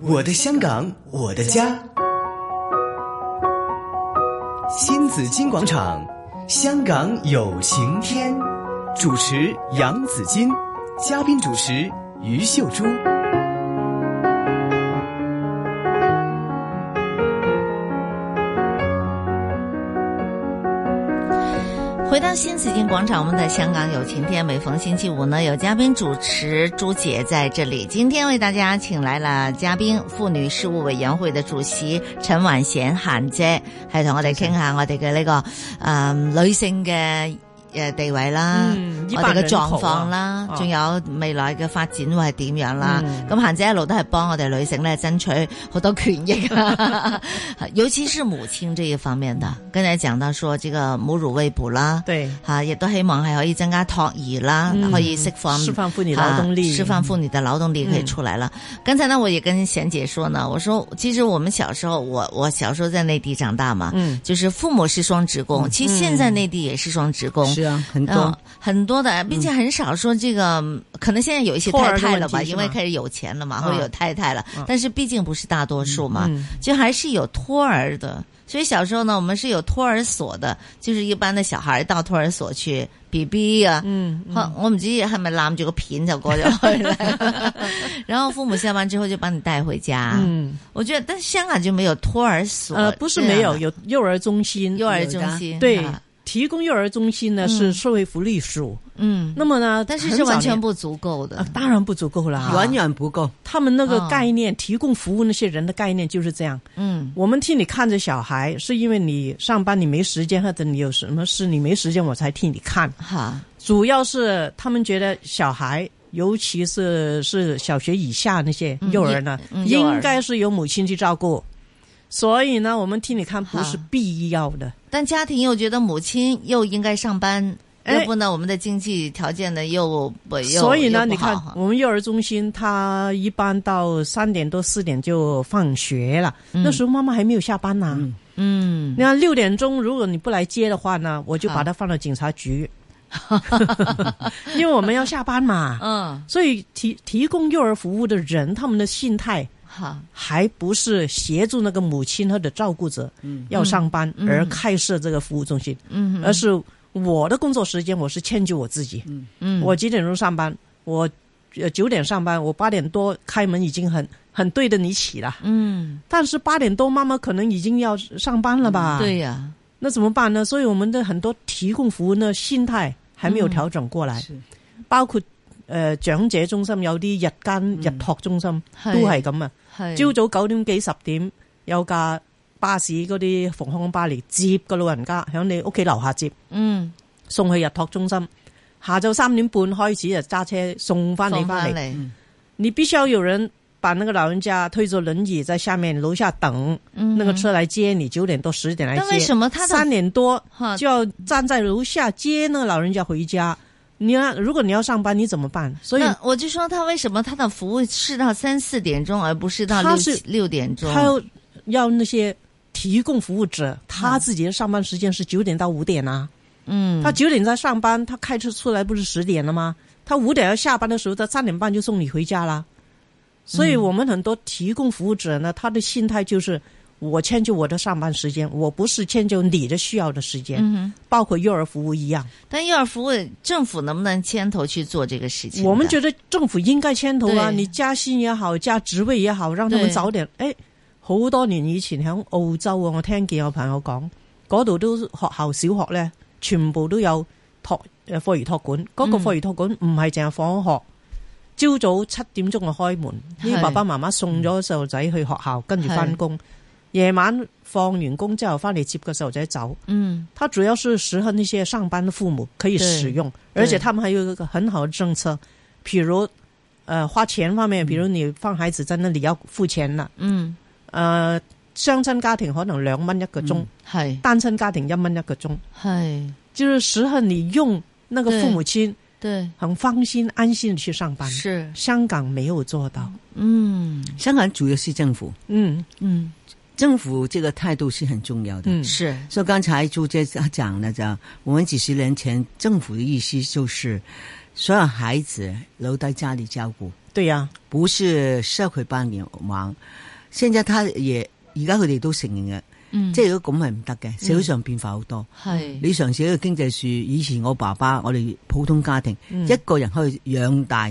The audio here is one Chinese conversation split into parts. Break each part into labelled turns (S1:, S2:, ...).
S1: 我的香港，我的家。新紫金广场，香港有晴天。主持杨紫金，嘉宾主持于秀珠。
S2: 回到新紫金广场，我们的香港有晴天。每逢星期五呢，有嘉宾主持朱姐在这里。今天为大家请来了嘉宾，妇女事务委员会嘅主席陈婉娴嫻姐，係同我哋傾下我哋嘅呢個诶、呃女性嘅。誒地位啦，
S3: 嗯
S2: 我哋嘅狀況啦
S3: 依班人口啊，嗯
S2: 仲有未來嘅發展會係點樣啦？咁嫻、姐一路都係幫我哋女性咧爭取好多權益 啊，尤其是母親這一方面的。剛才講到說這個母乳餵哺啦，
S3: 对，
S2: 吓，亦都希望係可以增加托兒啦，
S3: 嗯
S2: 可以釋放
S3: 释放妇女劳动力，嗯
S2: 啊释放妇女的劳动力可以出来了。刚才呢，我也跟贤姐说呢，我说其实我们小时候，我我小时候在内地长大嘛，
S3: 嗯，
S2: 就是父母是双职工，其实现在内地也是双职工。
S4: 是啊，很
S2: 嗯
S4: 多，
S2: 很多的，并且很少说这个，嗯可能现在有一些
S3: 嗯托儿
S2: 太太
S3: 的
S2: 了吧，
S3: 问题是
S2: 因
S3: 吗
S2: 为开始有钱了嘛，
S3: 啊
S2: 会有太太了，但是毕竟不是大多数嘛。
S3: 嗯
S2: 就还是有托儿的。所以小时候呢，我们是有托儿所的，就是一般的小孩到托儿所去 B B 啊。
S3: 嗯嗯
S2: 好，我唔知係咪攬住個片就過咗去啦， 然後父母下班之後就把你帶回家。
S3: 嗯，
S2: 我覺得，但是香港就沒有托兒所，
S3: 呃，不是
S2: 這樣
S3: 没有，
S2: 的
S3: 有幼儿中心，
S2: 幼儿中心，
S3: 对
S2: 啊，
S3: 提供幼儿中心呢
S2: 嗯
S3: 是社会福利署，
S2: 嗯，
S3: 那么呢，
S2: 但是
S3: 很
S2: 是
S3: 早
S2: 完全
S3: 年
S2: 不足夠的
S3: 啊，，当然不足够了啊。
S4: 远远不够。
S3: 他们那个
S2: 嗯
S3: 概念，提供服务那些人的概念就是这样。
S2: 嗯
S3: 我们替你看着小孩，是因为你上班你没时间，或者你有什么事你没时间，我才替你看。
S2: 好，
S3: 主要是他们觉得小孩，尤其是是小学以下那些
S2: 嗯
S3: 幼儿呢，
S2: 嗯幼儿
S3: 应该是由母亲去照顾。所以呢，我们替你看不是
S2: 好
S3: 必要的。
S2: 但家庭又覺得母親又應該上班，
S3: 哎
S2: 要不呢，我們的經濟條件呢又不又
S3: 所以呢，
S2: 又不
S3: 你看
S2: 好哈
S3: 我们幼儿中心，他一般到三点多四点就放学了，
S2: 嗯
S3: 那时候妈妈还没有下班呢、
S2: 嗯
S3: 那六点钟，如果你不来接的话呢，我就把它放到警察局， 因为我们要下班嘛。
S2: 嗯
S3: 所以提提供幼儿服务的人，他们的心态
S2: 好。
S3: 还不是协助那个母亲或者照顾者要上班
S2: 嗯
S3: 而开设这个服务中心，
S2: 嗯
S3: 而是我的工作时间我是迁就我自己，
S2: 嗯，
S3: 我几点钟上班，我呃九点上班，我八点多开门已经很很对得你起了。
S2: 嗯，
S3: 但是八点多妈妈可能已经要上班了吧？
S2: 对呀、
S3: 那怎么办呢？所以我们的很多提供服务呢，心态还没有
S2: 嗯
S3: 调整过来，
S4: 是
S3: 包括誒、呃、長者中心有啲日
S2: 嗯
S3: 間日托中心、
S2: 係
S3: 都係咁啊，
S2: 係
S3: 朝早九點幾十點有架巴士嗰啲防空巴嚟接個老人家，響你屋企樓下接，
S2: 嗯，
S3: 送去日托中心。下晝三點半開始就揸車送翻你
S2: 送
S3: 翻
S2: 翻
S3: 嚟，
S2: 嚟，
S3: 你必須要有人把那個老人家推着輪椅在下面樓下等，
S2: 嗯
S3: 那個車來接你，九點多十點來接。
S2: 但为什么他
S3: 三
S2: 的
S3: 点多
S2: 哈
S3: 就要站在楼下接那个老人家回家。你要如果你要上班，你怎么办？所以
S2: 那我就说他为什么他的服务是到三四点钟，而不是到
S3: 他
S2: 六
S3: 是
S2: 七六点钟？
S3: 他要要那些提供服务者，他自己的上班时间是九点到五点啊。
S2: 嗯，
S3: 他九点在上班，他开车出来不是十点了吗？他五点要下班的时候，他三点半就送你回家啦。所以我们很多提供服务者
S2: 嗯
S3: 呢，他的心态就是我迁就我的上班时间，我不是迁就你的需要的时间，
S2: 嗯
S3: 包括幼儿服务一样。
S2: 但幼儿服务政府能不能牵头去做这个事情的？
S3: 我们觉得政府应该牵头啊，
S2: 对
S3: 你加薪也好，加职位也好，让他们
S2: 对
S3: 早啲。誒，好多年以前喺澳洲啊，我聽見有朋友講，嗰度都學校小學咧，全部都有托誒課餘托管。嗰、個
S2: 嗯
S3: 課餘托管唔係淨係放學，朝早七點鐘就開門，
S2: 係
S3: 啲爸爸媽媽送咗細路仔去學校，跟住翻工。夜晚放完工之後翻嚟接個細路仔走。
S2: 嗯
S3: 它主要是适合那些上班的父母可以使用，
S2: 对
S3: 而且他们还有一个很好的政策，比如呃花钱方面，比如你放孩子在那里要付钱啦，
S2: 嗯
S3: 呃雙親家庭可能兩蚊一個
S2: 嗯
S3: 鐘，
S2: 系
S3: 單親家庭一蚊一個鐘，
S2: 系
S3: 就是适合你用那个父母亲
S2: 对
S3: 很放心安心地去上班。
S2: 是
S3: 香港没有做到，
S2: 嗯
S4: 香港主要是政府，
S3: 嗯，
S2: 嗯
S4: 政府这个态度是很重要的。
S3: 嗯
S2: 是
S4: 所以刚才朱姐讲了，就我们几十年前政府的意思就是，所有孩子留在家里照顾，
S3: 对呀、
S4: 不是社會班人玩。現在他也而家佢哋都承認嘅，
S2: 嗯
S4: 即係如果咁係唔得嘅，社會上變化好多。
S2: 系
S4: 你嘗試一個經濟樹，以前我爸爸我哋普通家庭、
S3: 嗯
S4: 一個人可以養大。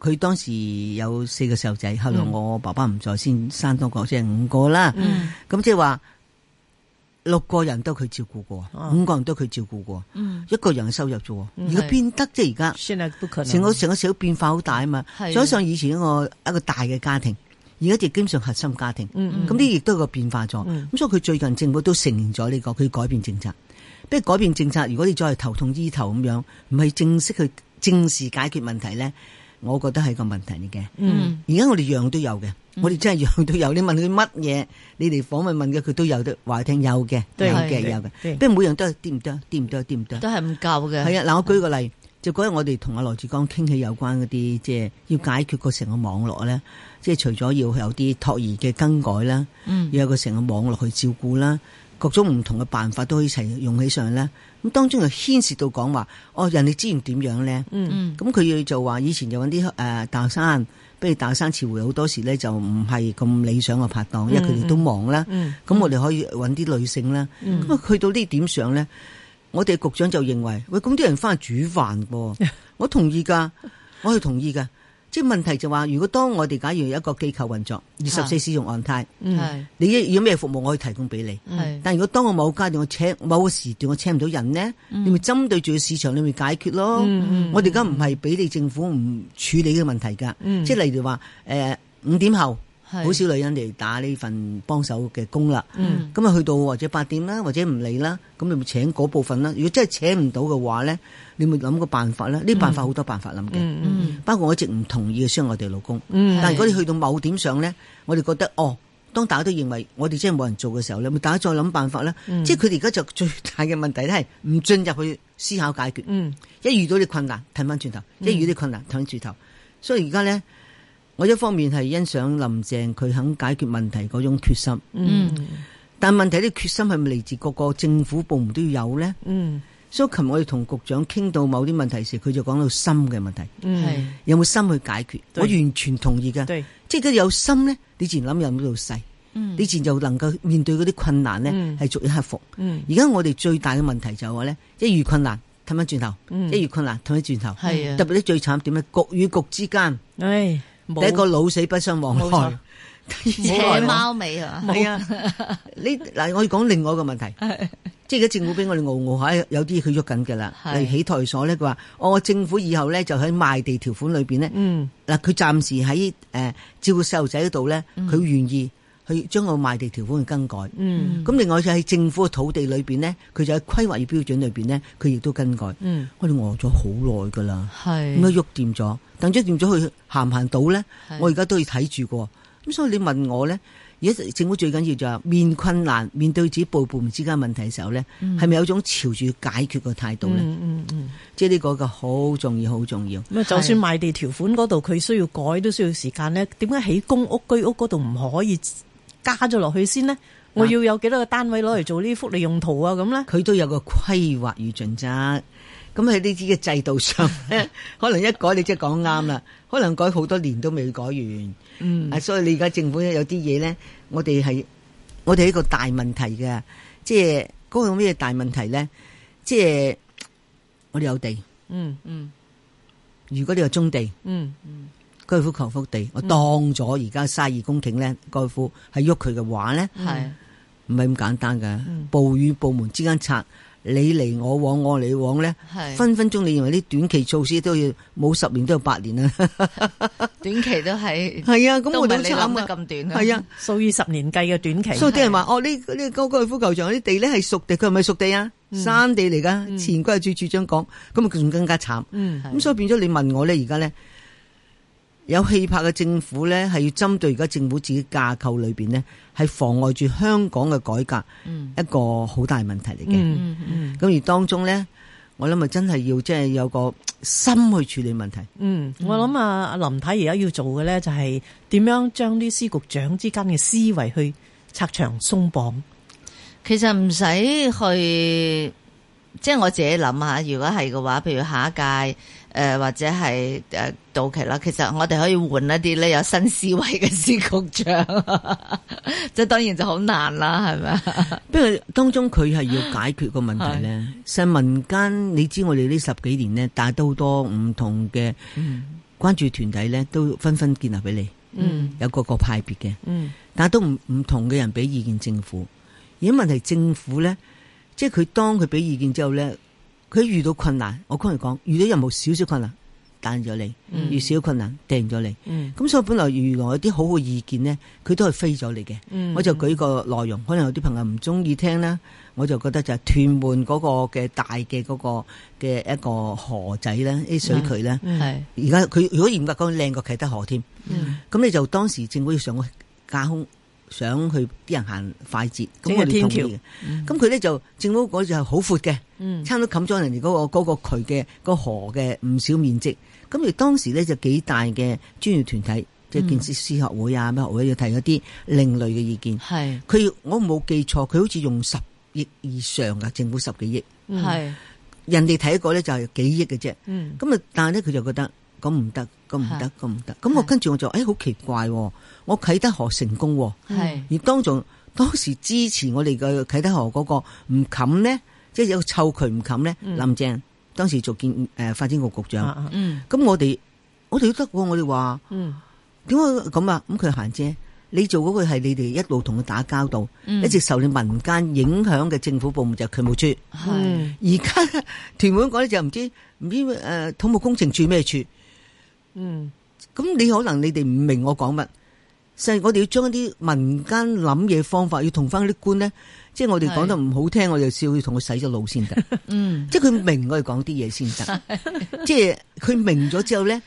S4: 佢當時有四個細路仔，後來
S3: 嗯
S4: 我爸爸唔在，先生多個，即係五個啦。
S2: 嗯
S4: 咁即係話六個人都佢照顧過，
S3: 哦
S4: 五個人都佢照顧過，
S2: 嗯
S4: 一個人嘅收入啫喎。
S3: 嗯
S4: 而家邊得啫？而家
S3: 现在不可能。
S4: 成個成個社會變化好大啊嘛，
S2: 係啊
S4: 再加上以前一個一個大嘅家庭，而家亦基本上核心家庭，
S3: 嗯嗯
S4: 咁呢亦都有個變化咗。咁、
S3: 嗯
S4: 所以佢最近政府都承認咗呢、個，佢改變政策。不如改變政策，如果你再係頭痛醫頭咁樣，唔係正式去正視解決問題咧，我覺得係個問題嚟嘅。
S3: 嗯
S4: 而家我哋樣都有嘅，我哋真係樣都有。你問佢乜嘢，你哋訪問問嘅佢都有得話聽有嘅，有
S3: 對
S4: 嘅
S3: 對
S4: 有
S3: 對
S4: 嘅。不過每樣都係掂唔得，掂唔得，掂唔得。
S2: 都系唔够嘅，
S4: 係啊，嗱，我舉個例，就嗰日我哋同阿羅志剛傾起有關嗰啲，即係要解決個成個網絡咧，即係除咗要有啲托兒嘅更改啦，
S2: 嗯
S4: 要有個成個網絡去照顧啦，各種唔同嘅辦法都可以一齊用起上咧。咁當中又牽涉到講話，哦，人力資源點樣咧？
S3: 嗯
S2: 嗯
S4: 咁佢要就話以前就揾啲誒大學生，不如大學生似乎好多時咧就唔係咁理想嘅拍檔，因為佢哋都忙啦。
S3: 嗯
S4: 咁、我哋可以揾啲女性啦。咁、啊去到呢點上咧，我哋局長就認為，喂，咁啲人翻去煮 飯噃，我同意㗎，我係同意㗎。即係問題就話，如果當我哋假如有一個機構運作，二十四使用按泰，
S2: 系
S4: 你要咩服務我可以提供俾
S3: 嗯
S4: 你。
S2: 系
S4: 但如果當我某階段我請某個時段我請唔到人呢，
S3: 嗯
S4: 你咪針對住個市場你咪解決咯。
S2: 嗯
S4: 我哋而家唔係俾你政府唔處理嘅問題㗎，即係例如話誒五點後
S2: 嗯係
S4: 好少女人嚟打呢份幫手嘅工啦。
S2: 嗯
S4: 咁啊去到或者八點啦，或者唔理啦，咁你咪請嗰部分啦。如果真係請唔到嘅話咧，你咪諗個辦法啦。呢辦法好多辦法諗嘅，
S2: 嗯
S4: 包括我一直唔同意嘅傷害地老公。
S3: 嗯
S4: 但如果你去到某點上咧，我哋覺得哦，當大家都認為我哋真係冇人做嘅時候咧，咪大家再諗辦法啦。
S2: 嗯
S4: 即係佢哋而家就最大嘅問題咧，係唔進入去思考解決。
S3: 嗯
S4: 一遇到啲困難，褪翻轉頭；一遇到啲困難，褪翻轉頭。所以而家咧，我一方面係欣賞林鄭佢肯解決問題嗰種決心，
S2: 嗯
S4: 但問題啲決心係咪嚟自各個政府部門都要有咧？
S3: 嗯
S4: 所以琴日我哋同局長傾到某啲問題時，佢就講到心嘅問題，
S3: 嗯，
S2: 系
S4: 有冇心去解決？我
S3: 對
S4: 完全同意㗎。
S3: 对，
S4: 即係佢有心咧，你自然諗有到細，
S2: 嗯
S4: 你自然就能夠面對嗰啲困難咧，
S3: 嗯
S4: 係逐一克服。
S3: 嗯
S4: 而家我哋最大嘅問題就係話咧，一遇困難褪翻轉頭，
S3: 嗯
S4: 一遇困難褪翻轉頭。
S2: 係啊
S4: 特別啲最慘點咧，局與局之間，
S3: 唉，
S4: 第一
S3: 冇
S4: 個老死不相往
S3: 冇錯
S4: 來。第
S2: 斜
S4: 二個
S2: 猫尾啊，
S4: 係啊，呢嗱我要講另外一個 問題，即係而家政府俾我哋傲傲下，有啲嘢佢喐緊㗎啦。
S2: 係
S4: 例如起台所咧，佢話：我政府以後咧就喺賣地條款裏邊咧，
S3: 嗯
S4: 嗱，佢暫時喺誒、呃照顧細路仔嗰度咧，佢願意去將個賣地條款去更改。咁、
S3: 嗯
S4: 另外就喺政府嘅土地裏邊咧，佢就喺規劃與標準裏邊咧，佢亦都更改。
S3: 嗯
S4: 我哋餓咗好耐㗎啦，點解
S2: 系
S4: 啊喐掂咗？但喐掂咗佢行唔行到咧
S2: 係？
S4: 我而家都要睇住㗎。咁所以你問我咧，而家政府最緊要就係面困難，面對自己部部門之間問題嘅時候咧，係咪、有種朝住解決嘅態度咧？
S3: 嗯嗯，
S4: 即係呢個嘅好重要，好重要。
S3: 咁啊，就算賣地條款嗰度佢需要改都需要時間咧，點解起公屋居屋嗰度唔可以加咗落去先呢？我要有幾多個單位攞嚟做呢啲福利用途啊？咁咧，
S4: 佢都有個規劃與準則。咁喺呢啲嘅制度上咧，可能一改你即係講啱啦，可能改好多年都未改完。
S3: 嗯
S4: 啊，所以你而家政府有啲嘢咧，我哋係我哋係一個大問題嘅，即係嗰個咩大問題咧？即係我哋有地，
S3: 嗯
S2: 嗯
S4: 如果你有棕地、
S3: 嗯
S4: 高爾夫球福地，我當咗而家卅二公頃咧，高爾夫係喐佢嘅話咧，
S2: 系
S4: 唔係咁簡單㗎。部與部門之間拆，你嚟我往，我嚟你往咧。
S2: 系
S4: 分分鐘你認為啲短期措施都要冇十年都有八年 啦，
S2: 短期都系
S4: 係啊，咁
S2: 都唔
S4: 我
S2: 系
S4: 哋
S2: 你谂
S4: 好慘
S2: 得
S4: 啊，
S2: 咁短
S4: 係啊，，
S3: 數以十年計嘅短期，
S4: 所以啲人話哦呢呢個高爾夫球場啲地咧係熟地，佢係咪熟地啊？
S2: 嗯
S4: 山地嚟噶，前嗰日主處長講，咁啊仲更加慘，
S3: 嗯
S4: 咁所以變咗你問我咧，而家咧有氣魄嘅政府咧係要針對而家政府自己架構裏邊咧係妨礙住香港嘅改革，
S2: 嗯
S4: 一個好大問題嚟嘅。
S3: 嗯
S2: 嗯嗯
S4: 咁而當中咧，我諗啊真係要即係有個心去處理問題。
S3: 嗯，我諗啊，阿林太而家要做嘅咧就係點樣將啲司局長之間嘅思維去拆牆鬆綁。
S2: 其實唔使去，即係我自己諗下，如果係嘅話，譬如下一屆誒、呃或者係誒、呃到期啦，其實我哋可以換一啲咧有新思維嘅司局長， 即係當然就好難啦，係咪啊？
S4: 不過當中佢係要解決個問題咧，實民間你知我哋呢十幾年咧，帶到好多唔同嘅關注團體咧，都紛紛建立俾你，
S3: 嗯
S4: 有各個派別嘅，
S3: 嗯
S4: 但係都唔唔同嘅人俾意見政府。而家問題政府咧，即係佢當佢俾意見之後咧，佢遇到困難，我剛才講遇到任務少少困難，彈咗你；遇少困難，掟咗你。
S3: 嗯
S4: 咁所以本來原來有啲好好意見呢，佢都係飛咗嚟嘅。
S3: 嗯
S4: 我就舉個內容，可能有啲朋友唔中意聽啦，我就覺得就係屯門嗰個嘅大嘅嗰個嘅一個河仔咧，啲水渠咧，
S3: 嗯
S2: 係
S4: 而家佢如果嚴格講靚過啟德河添。
S2: 嗯
S4: 咁你就當時政府要上去架空，想去啲人行快捷，咁
S3: 整個
S4: 我哋
S3: 天
S4: 同
S3: 橋
S4: 意嘅。咁佢咧就政府嗰就係好闊嘅。
S3: 嗯
S4: 差唔多冚咗人哋嗰、個嗰、個渠嘅、個河嘅唔少面積。咁而當時咧就幾大嘅專業團體，即係建
S3: 嗯
S4: 設師學會啊咩學會，要提一啲另類嘅意見。
S2: 係
S4: 佢我冇記錯，佢好似用十億以上㗎，政府十幾億，
S2: 係
S4: 人哋睇過咧就係幾億嘅啫。
S3: 嗯
S4: 咁啊，但係咧佢就覺得咁唔得，咁唔
S2: 係
S4: 得，咁唔得。咁我
S2: 係
S4: 跟住我就誒哎好、奇怪、喎，我啟德河成功、喎。
S2: 係
S4: 而當仲 當時支持我哋嘅啟德河嗰個唔冚呢，即係有臭渠唔冚呢。林鄭當時做建誒、呃、發展局局
S3: 啊
S4: 長，
S3: 啊
S2: 嗯
S4: 咁、我哋我哋都得喎，我哋話
S3: 嗯
S4: 點解咁啊？咁佢行啫，你做嗰個係你哋一路同佢打交道，
S2: 嗯
S4: 一直受你民間影響嘅政府部門就係渠務處。
S2: 係
S4: 而家屯門嗰啲就唔知唔知誒、呃土木工程處咩處。
S3: 嗯
S4: 咁你可能你哋唔明我講乜，實係我哋要將一啲民間諗嘢方法，要同翻啲官咧，即係我哋
S2: 係
S4: 講得唔好聽，我哋笑要同佢洗咗腦 先得，
S2: 嗯
S4: 即係佢明我哋講啲嘢先得，即係佢明咗之後咧，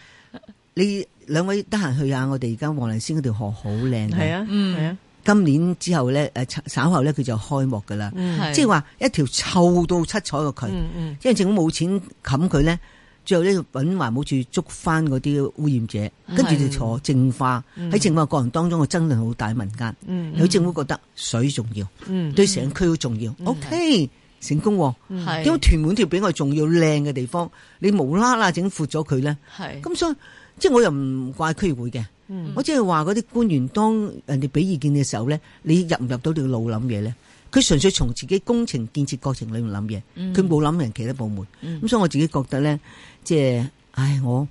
S4: 你兩位得閒去下我哋而家黃泥仙嗰條河好靚㗎
S3: 係，啊
S2: 嗯
S3: 係啊
S4: 今年之後咧誒稍後咧佢就開幕噶啦，
S3: 嗯
S2: 係
S4: 即係話一條臭到七彩嘅渠。
S3: 嗯嗯
S4: 因為政府冇錢冚佢咧，最後咧就揾環保署捉翻嗰啲污染者，
S3: 嗯
S4: 跟住就坐淨化。喺淨化過程當中嘅爭論好大，民間
S3: 嗯
S4: 有政府覺得水重要，
S3: 嗯
S4: 對成區好重要。O K 成功喎，
S2: 係
S4: 因為屯門條比我重要靚嘅地方，你無啦啦整闊咗佢咧，
S2: 係
S4: 咁所以即係我又唔怪區議會嘅。
S3: 嗯
S4: 我即係話嗰啲官員當人哋俾意見嘅時候咧，你入唔入到你個腦諗嘢咧？佢純粹從自己工程建設過程裏面諗嘢，佢冇諗人其他部門。咁、
S2: 嗯
S4: 所以我自己覺得咧，即係唉，我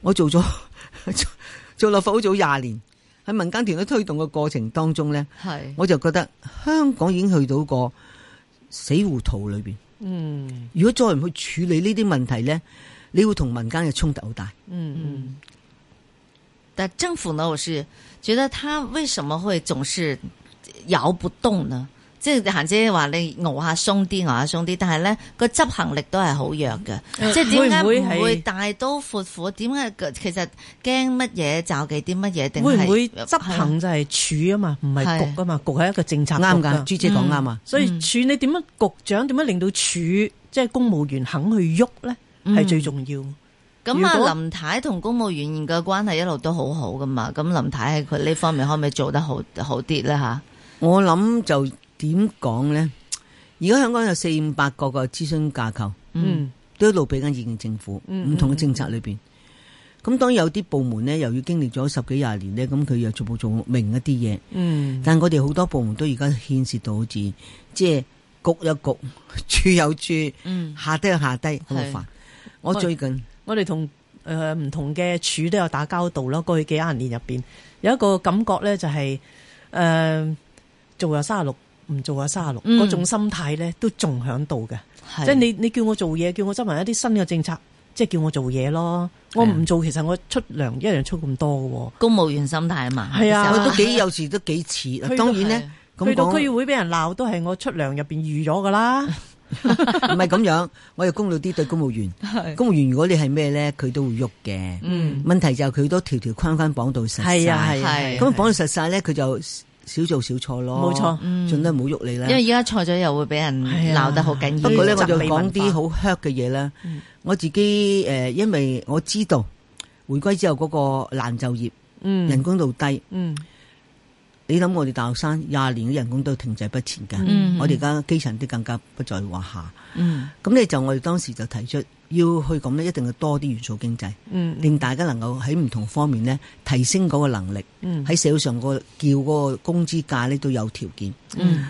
S4: 我做咗 做做立法會做廿年，喺民間團體推動嘅過程當中咧，
S2: 係
S4: 我就覺得香港已經去到個死胡同裏邊。
S3: 嗯
S4: 如果再唔去處理呢啲問題咧，你會同民間嘅衝突好大。
S3: 嗯
S2: 但政府呢，我是觉得他为什么会总是摇不动呢？即係行姐話你熬下鬆啲，熬下鬆啲，但係咧個執行力都係好弱嘅。即係點解
S3: 呃會唔會
S2: 唔
S3: 係
S2: 會大刀闊斧？點解個其實驚乜嘢就忌啲乜嘢？定啊
S3: 嗯，
S2: 係呃
S3: 會唔會執行就係處啊嘛，唔係局啊嘛，局係一個政策局
S4: 啱㗎，
S3: 㗎
S4: 朱姐講啱啊。
S3: 所以處你點樣局長點樣令到處即係公務員肯去喐咧，係最重要。
S2: 嗯咁
S3: 如
S2: 啊？
S3: 果
S2: 林太同公務員嘅關係一路都好好噶嘛。咁林太喺佢呢方面可唔可以做得好好啲咧？吓，
S4: 嗯我諗就點講咧？而家香港有四五百個個諮詢架構，
S3: 嗯
S4: 都一路俾緊意見政府，唔、
S3: 嗯
S4: 同嘅政策裏邊。咁當然有啲部門咧，又要經歷咗十幾廿年咧，咁佢又逐步做明一啲嘢。
S3: 嗯
S4: 但我哋好多部門都而家牽涉到好似即係局有 局，處有處，
S2: 嗯
S4: 下低有下低咁
S2: 係
S4: 嘅煩。我最近
S3: 我哋同誒唔同嘅處都有打交道啦。過去幾廿年入邊，有一個感覺咧就係、呃做又三十六，唔做又三十六，
S2: 嗯
S3: 嗰種心態咧都仲喺度嘅。
S2: 係
S3: 即係你你叫我做嘢，叫我執行一啲新嘅政策，即係叫我做嘢咯。我唔做，其實我出糧一樣出咁多
S2: 公務員心態啊嘛。
S3: 係啊
S2: 其
S4: 我
S2: 實
S4: 都幾有時都幾似。
S3: 到
S4: 當然咧，
S3: 嘅喎。去
S4: 咁
S3: 到
S4: 講
S3: 區議會俾人鬧都係我出糧入邊預咗噶啦。
S4: 唔係咁樣，我又公道啲對公務員。
S2: 係
S4: 公務員如果你係咩咧，佢都會喐嘅。
S2: 嗯
S4: 問題就係佢都條條框框綁到實晒，
S3: 係啊係
S2: 啊
S4: 咁
S2: 係
S4: 綁到實晒咧，佢就少做少錯咯。
S3: 冇錯
S2: 嗯
S4: 盡量唔好喐你啦
S2: 因。為而家錯咗又會俾人
S3: 係啊
S2: 鬧得好緊要。
S4: 不過咧，我
S3: 責
S4: 就
S3: 備文
S4: 講
S3: 化
S4: 啲好 hurt 嘅嘢啦。我自己誒，因為我知道回歸之後嗰個難就業、
S3: 嗯
S4: 人工度低，
S3: 嗯
S4: 你諗我哋大學生廿年嘅人工都停滯不前㗎，
S2: 嗯
S4: 我哋而家基層啲更加不在話下。
S2: 嗯
S4: 咁咧就我哋當時就提出要去咁咧，一定要多啲元素經濟，
S3: 嗯
S4: 令大家能夠喺唔同方面咧提升嗰個能力，
S3: 嗯
S4: 喺社會上個叫嗰個工資價咧都有條件。
S2: 嗯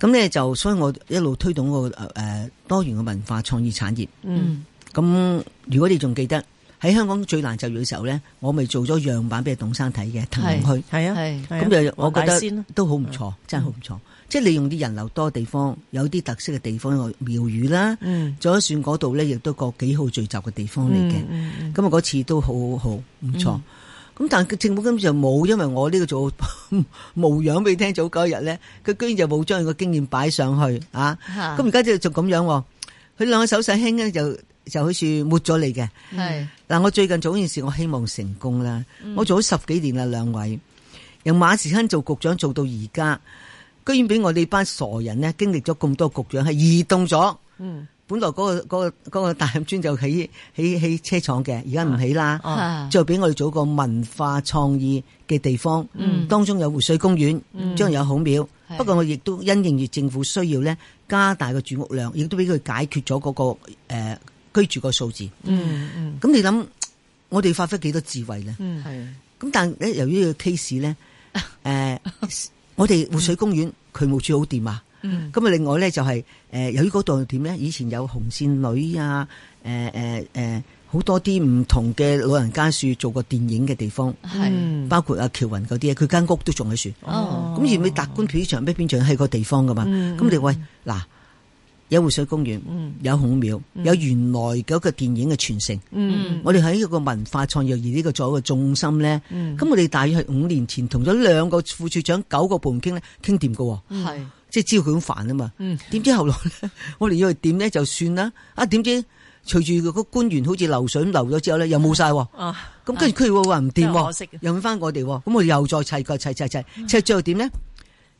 S4: 咁咧就所以我一路推動個誒、呃多元嘅文化創意產業。
S3: 嗯
S2: 嗯
S4: 咁如果你仲記得喺香港最難就業嘅時候咧，我咪做咗樣板俾董生睇嘅騰龍區，
S3: 系啊，
S2: 係
S3: 係啊
S4: 咁就我
S3: 黃大
S4: 覺得
S3: 仙啦
S4: 都好唔
S3: 嗯
S4: 錯，真係好唔錯。即係利用啲人流多地方，有啲特色嘅地方，有廟宇啦，
S3: 嗯
S4: 左選嗰度咧亦都個幾好聚集嘅地方嚟嘅。
S3: 嗯嗯嗯
S4: 咁啊嗰次都好好唔錯。咁、但係政府根本就冇，因為我呢個做 模樣俾你聽早嗰日咧，佢居然就冇將佢個經驗擺上去啊！
S2: 嚇
S4: 咁而家就就咁樣喎，佢兩個手勢輕咧就就好似抹咗你嘅。
S3: 嗯
S2: 係
S4: 嗱，我最近做嗰件事，我希望成功啦。我做咗十幾年啦，兩位由馬時亨做局長做到而家，居然俾我哋班傻人咧經歷咗咁多局長，係移動咗。
S3: 嗯
S4: 本來嗰、個嗰、個嗰、個大磡村就起起起車廠嘅，而家唔起啦。
S3: 哦
S2: 嚇
S4: 再俾我哋做一個文化創意嘅地方，
S2: 嗯
S4: 當中有湖水公園，將有好廟。
S2: 係
S4: 不過我亦都因應住政府需要咧，加大個住屋量，亦都俾佢解決咗嗰、個、呃、居住個數字。
S3: 嗯嗯
S4: 咁你諗，我哋發揮幾多智慧咧？
S3: 嗯
S2: 係
S4: 咁但係咧，由於呢個 case 咧，誒、我哋湖水公園佢冇處好掂啊。
S2: 嗯
S4: 咁啊，另外咧就係、誒，由於嗰度點咧，以前有紅線女啊，誒誒誒，好多啲唔同嘅老人家樹做過電影嘅地方，
S2: 係
S3: 嗯
S4: 包括阿喬雲嗰啲啊佢間屋都仲喺樹。
S2: 哦
S4: 咁而美達官片場咩片場係個地方噶嘛？
S3: 嗯
S4: 咁你喂嗱，有湖水公園，有孔廟，有原來嗰個電影嘅傳承。
S3: 嗯
S4: 我哋喺一個文化創意而呢個作為一個重心咧，
S3: 嗯
S4: 咁我哋大約係五年前同咗兩個副處長、九個部門傾咧，傾掂㗎喎。
S3: 哦
S2: 係
S4: 即係知道佢咁煩啊嘛。
S3: 嗯
S4: 點知後來咧， 我哋以為點咧就算啦，啊點知隨住個官員好似流水咁流咗之後咧，又冇晒喎。
S3: 啊
S4: 咁跟住佢又話唔掂
S3: 真係可惜嗯
S4: 喎
S3: 嘅，
S4: 又揾翻我哋喎。咁我哋又再砌個砌砌砌，砌最後點咧？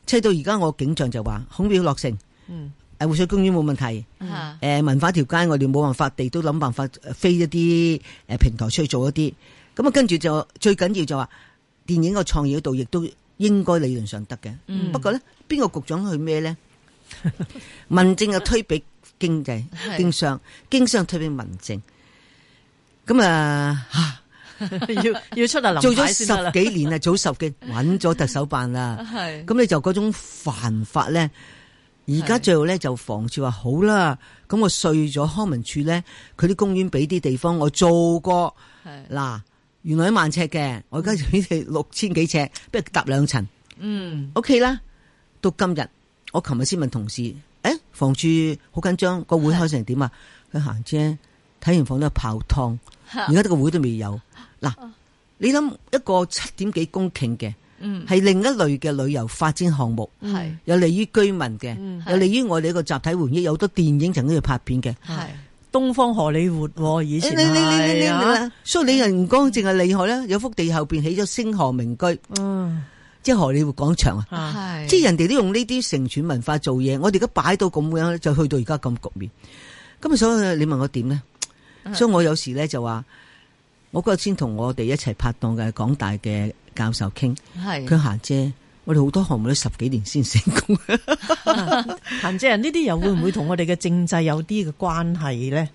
S4: 砌到而家我景象就話孔廟落成，
S3: 嗯
S4: 誒湖水公園冇問題。
S2: 嚇
S4: 誒呃文化條街，我哋冇辦法，地都諗辦法呃飛一啲誒平台出去做一啲。咁啊，跟住就最緊要就話電影個創意嗰度，亦都應該理論上得嘅。
S2: 嗯
S4: 不過咧，邊個局長去 咩咧？民政又推俾經濟
S2: 係、
S4: 經商，經商推俾民政。咁啊，啊
S3: 要要出嚟林
S4: 做咗
S3: 牌先得啦
S4: 十幾年啊啦，早十 幾揾咗特首辦啦。
S2: 係
S4: 咁你就嗰種犯法咧，而家
S2: 係
S4: 最後咧就房署話好啦，咁我碎咗康文署咧，佢啲公園俾啲地方我做過，
S2: 係
S4: 嗱，原來一萬尺嘅，我而家就俾你六千幾尺，不如搭兩層
S2: 嗯
S4: ，OK 啦。到今日，我琴日先問同事，誒、房署好緊張，個會開成點啊？佢行啫，睇完房都係泡湯，而家呢個會都未有。嗱，你諗一個七點幾公頃嘅，
S2: 嗯
S4: 係另一類嘅旅遊發展項目。
S2: 係
S4: 有利於居民嘅，
S2: 係
S3: 嗯
S4: 有利於我哋一個集體回憶，有好多電影曾經去拍片
S3: 啊
S4: 嘅。
S2: 係
S3: 東方荷里活喎以
S4: 你
S3: 前
S4: 你你你你
S3: 係啊
S4: 你，所以你人工淨係厲害啦！有幅地後邊起咗星河名居，
S3: 嗯
S4: 即係荷里活廣場啊！
S3: 啊
S2: 係
S4: 即係人哋都用呢啲城市文化做嘢，我哋而家擺到咁樣，就去到而家咁局面。咁啊，所以你問我點呢？
S3: 嗯
S4: 所以我有時咧就話，我嗰日先同我哋一齊拍檔嘅港大嘅教授傾，
S3: 嗯
S2: 係
S4: 佢行啫，我哋好多項目都十幾年先成功。
S3: 行姐，啊呢啲又會唔會同我哋嘅政制有啲嘅關係咧？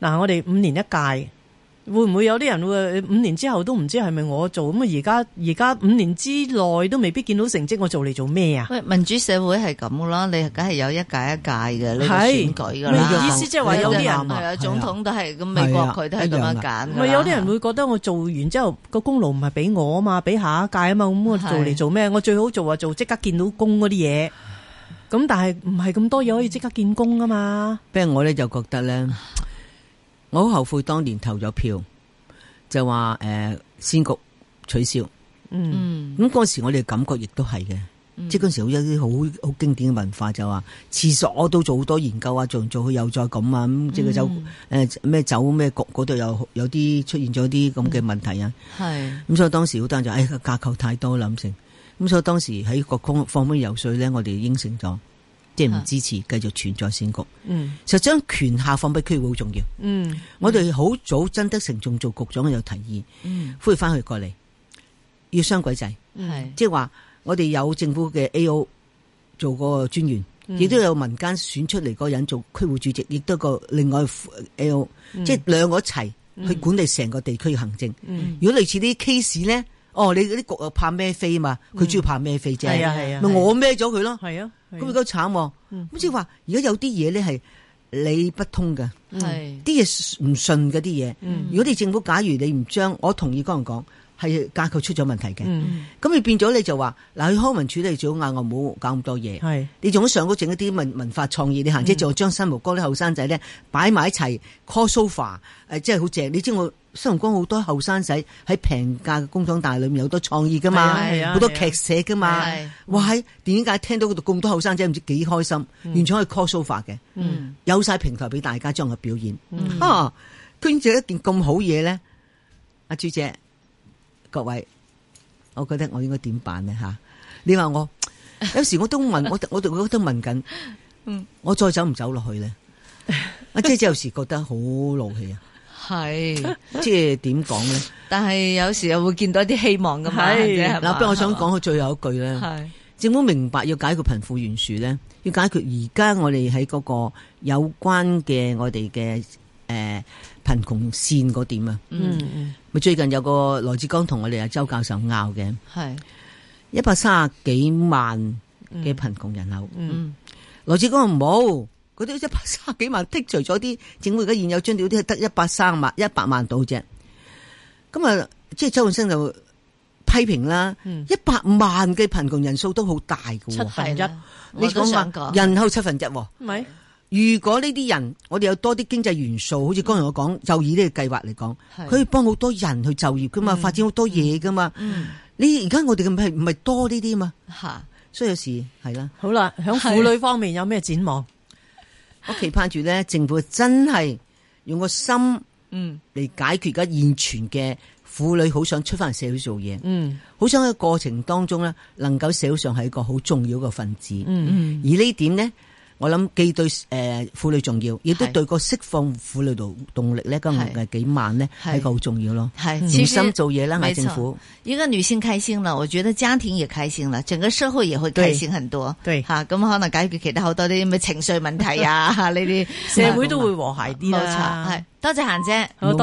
S3: 嗱，我哋五年一屆，會唔會有啲人會五年之後都唔知係咪我做？咁啊，而家而家五年之內都未必見到成績，我做嚟做咩啊？
S2: 喂，民主社會係咁噶啦，你梗係有一屆一屆嘅呢個
S3: 係
S2: 選舉噶
S3: 你
S2: 啦。
S3: 意思即係話有啲人
S2: 係啊，總統都係咁，美國佢都係咁樣揀㗎啦
S3: 咪有啲人會覺得我做完之後個功勞唔係俾我啊嘛，俾下一屆啊嘛，咁我做嚟做咩？我最好做啊做即刻見到工嗰啲嘢。咁但係唔係咁多嘢可以即刻見工啊嘛？
S4: 不過我咧就覺得咧，我好後悔當年投咗票，就話誒、呃、先局取消。
S3: 嗯
S2: 嗯
S4: 咁嗰時我哋感覺亦都係嘅，即係嗰時好有啲好好經典嘅文化就話廁所都做好多研究啊，做完做去又再咁啊，咁即係酒誒咩酒咩局嗰度有有啲出現咗啲咁嘅問題啊。
S2: 係
S4: 咁所以當時好多人就誒、哎、架構太多啦咁成，咁所以當時喺個公放寬游水咧，我哋應承咗，即係唔支持繼續存在先局。
S3: 嗯
S4: 就將權下放俾區會好重要。
S3: 嗯
S4: 我哋好早曾德成仲做局長有提議，
S2: 嗯
S3: 嗯
S4: 呼籲翻佢過嚟，要雙軌制，
S2: 係
S4: 即係話我哋有政府嘅 A.O. 做個專員，
S3: 嗯
S4: 亦都有民間選出嚟嗰人做區會主席，亦都有個另外 A.O.，、即
S3: 嗯
S4: 係兩個一齊去管理成個地區行政。
S3: 嗯
S4: 如果類似啲 case 咧，哦，你嗰啲局又怕咩飛嘛？佢主要怕咩飛啫？
S3: 係嗯啊係啊
S4: 咪
S3: 係啊
S4: 我孭咗佢咯。
S3: 系嗯啊，
S4: 咁而家慘喎，咁即係話而家有啲嘢咧係理不通嘅。
S3: 啊
S2: 系
S4: 啲嘢唔順嗰啲嘢。
S3: 嗯
S4: 如果你政府假如你唔將，我同意剛講係架構出咗問題嘅，咁、
S3: 嗯
S4: 你變咗你就話嗱，去康文署你最好嗌我唔好搞咁多嘢。
S3: 系
S4: 你仲喺上高整一啲文文化創意，你
S3: 嗯
S4: 行即係將新蒲崗啲後生仔咧擺埋一齊 call sofa，誒即係好正。你知我新蒲崗好多後生仔喺平價嘅工廠大裏面有好多創意噶
S3: 係
S4: 嘛，
S3: 啊係啊
S4: 好多
S3: 係啊
S4: 劇社噶嘛
S2: 係啊。
S4: 哇！喺電影界聽到嗰度咁多後生仔，唔知幾開心，完全可以 call sofa 嘅，有晒平台俾大家將佢表演。啊，捐咗一件咁好嘢咧，阿朱姐，各位，我覺得我應該點辦呢？吓？你話我有時我都問，我我我都問緊，我再走唔走落去咧？阿姐姐有時覺得好怒氣啊，
S5: 係，
S4: 即係點講咧？
S5: 但係有時又會見到一啲希望噶嘛，
S3: 係
S5: 啊即係
S4: 嗱，
S5: 嘛
S4: 不過我想
S5: 係嘛
S4: 講佢最後一句咧。
S5: 係
S4: 政府明白要解決貧富懸殊咧，要解決而家我哋喺嗰個有關嘅我哋嘅誒貧窮線嗰點啊。
S3: 嗯
S4: 咪最近有個羅志剛同我哋阿周教授拗嘅，
S5: 係
S4: 一百三十幾萬嘅貧窮人口。
S3: 嗯
S4: 羅志剛話冇，嗰啲一百三十幾萬剔除咗啲政府而家現有津貼啲係得一百三萬一百萬到啫。咁啊，即係周永生就批評啦，一百萬嘅貧窮人數都好大嘅喎。
S3: 分
S5: 係
S3: 一
S5: 啦
S4: 你
S5: 我都
S4: 講
S5: 想
S4: 話
S5: 講
S4: 人口七分一喎。
S3: 咪
S4: 如果呢啲人，我哋有多啲經濟元素，好似剛才我講就以呢個計劃嚟講，
S5: 係嗯
S4: 佢可以幫好多人去就業噶嘛，發展好多嘢噶嘛。你而家我哋嘅咪唔係多呢啲嘛，
S5: 嚇
S4: 所以有時係啦，
S3: 好啦，響婦女方面有咩展望？
S4: 我期盼住咧政府真係用個心
S5: 嗯
S4: 嚟解決而家現存嘅婦女好想出翻嚟社會做嘢，
S3: 嗯
S4: 好想喺過程當中咧能夠社會上係一個好重要嘅分子。
S3: 嗯
S4: 而呢點呢，我諗既對誒婦女重要，亦都
S5: 係
S4: 對個釋放婦女動動力呢，今日嘅幾萬呢，
S5: 係
S4: 係一個好重要咯。
S5: 係
S4: 用
S5: 其實
S4: 心做嘢啦，
S5: 沒
S4: 嗌
S5: 錯
S4: 政府。
S2: 一个女性开心了，我觉得家庭也开心了，整个社会也会开心很多。
S3: 對對
S2: 吓咁可能解决其他好多啲 咩情绪问题啊呢啲
S3: 社會都會和諧啲
S2: 冇
S3: 啦
S4: 啊
S2: 错，系多谢娴姐。
S3: 好多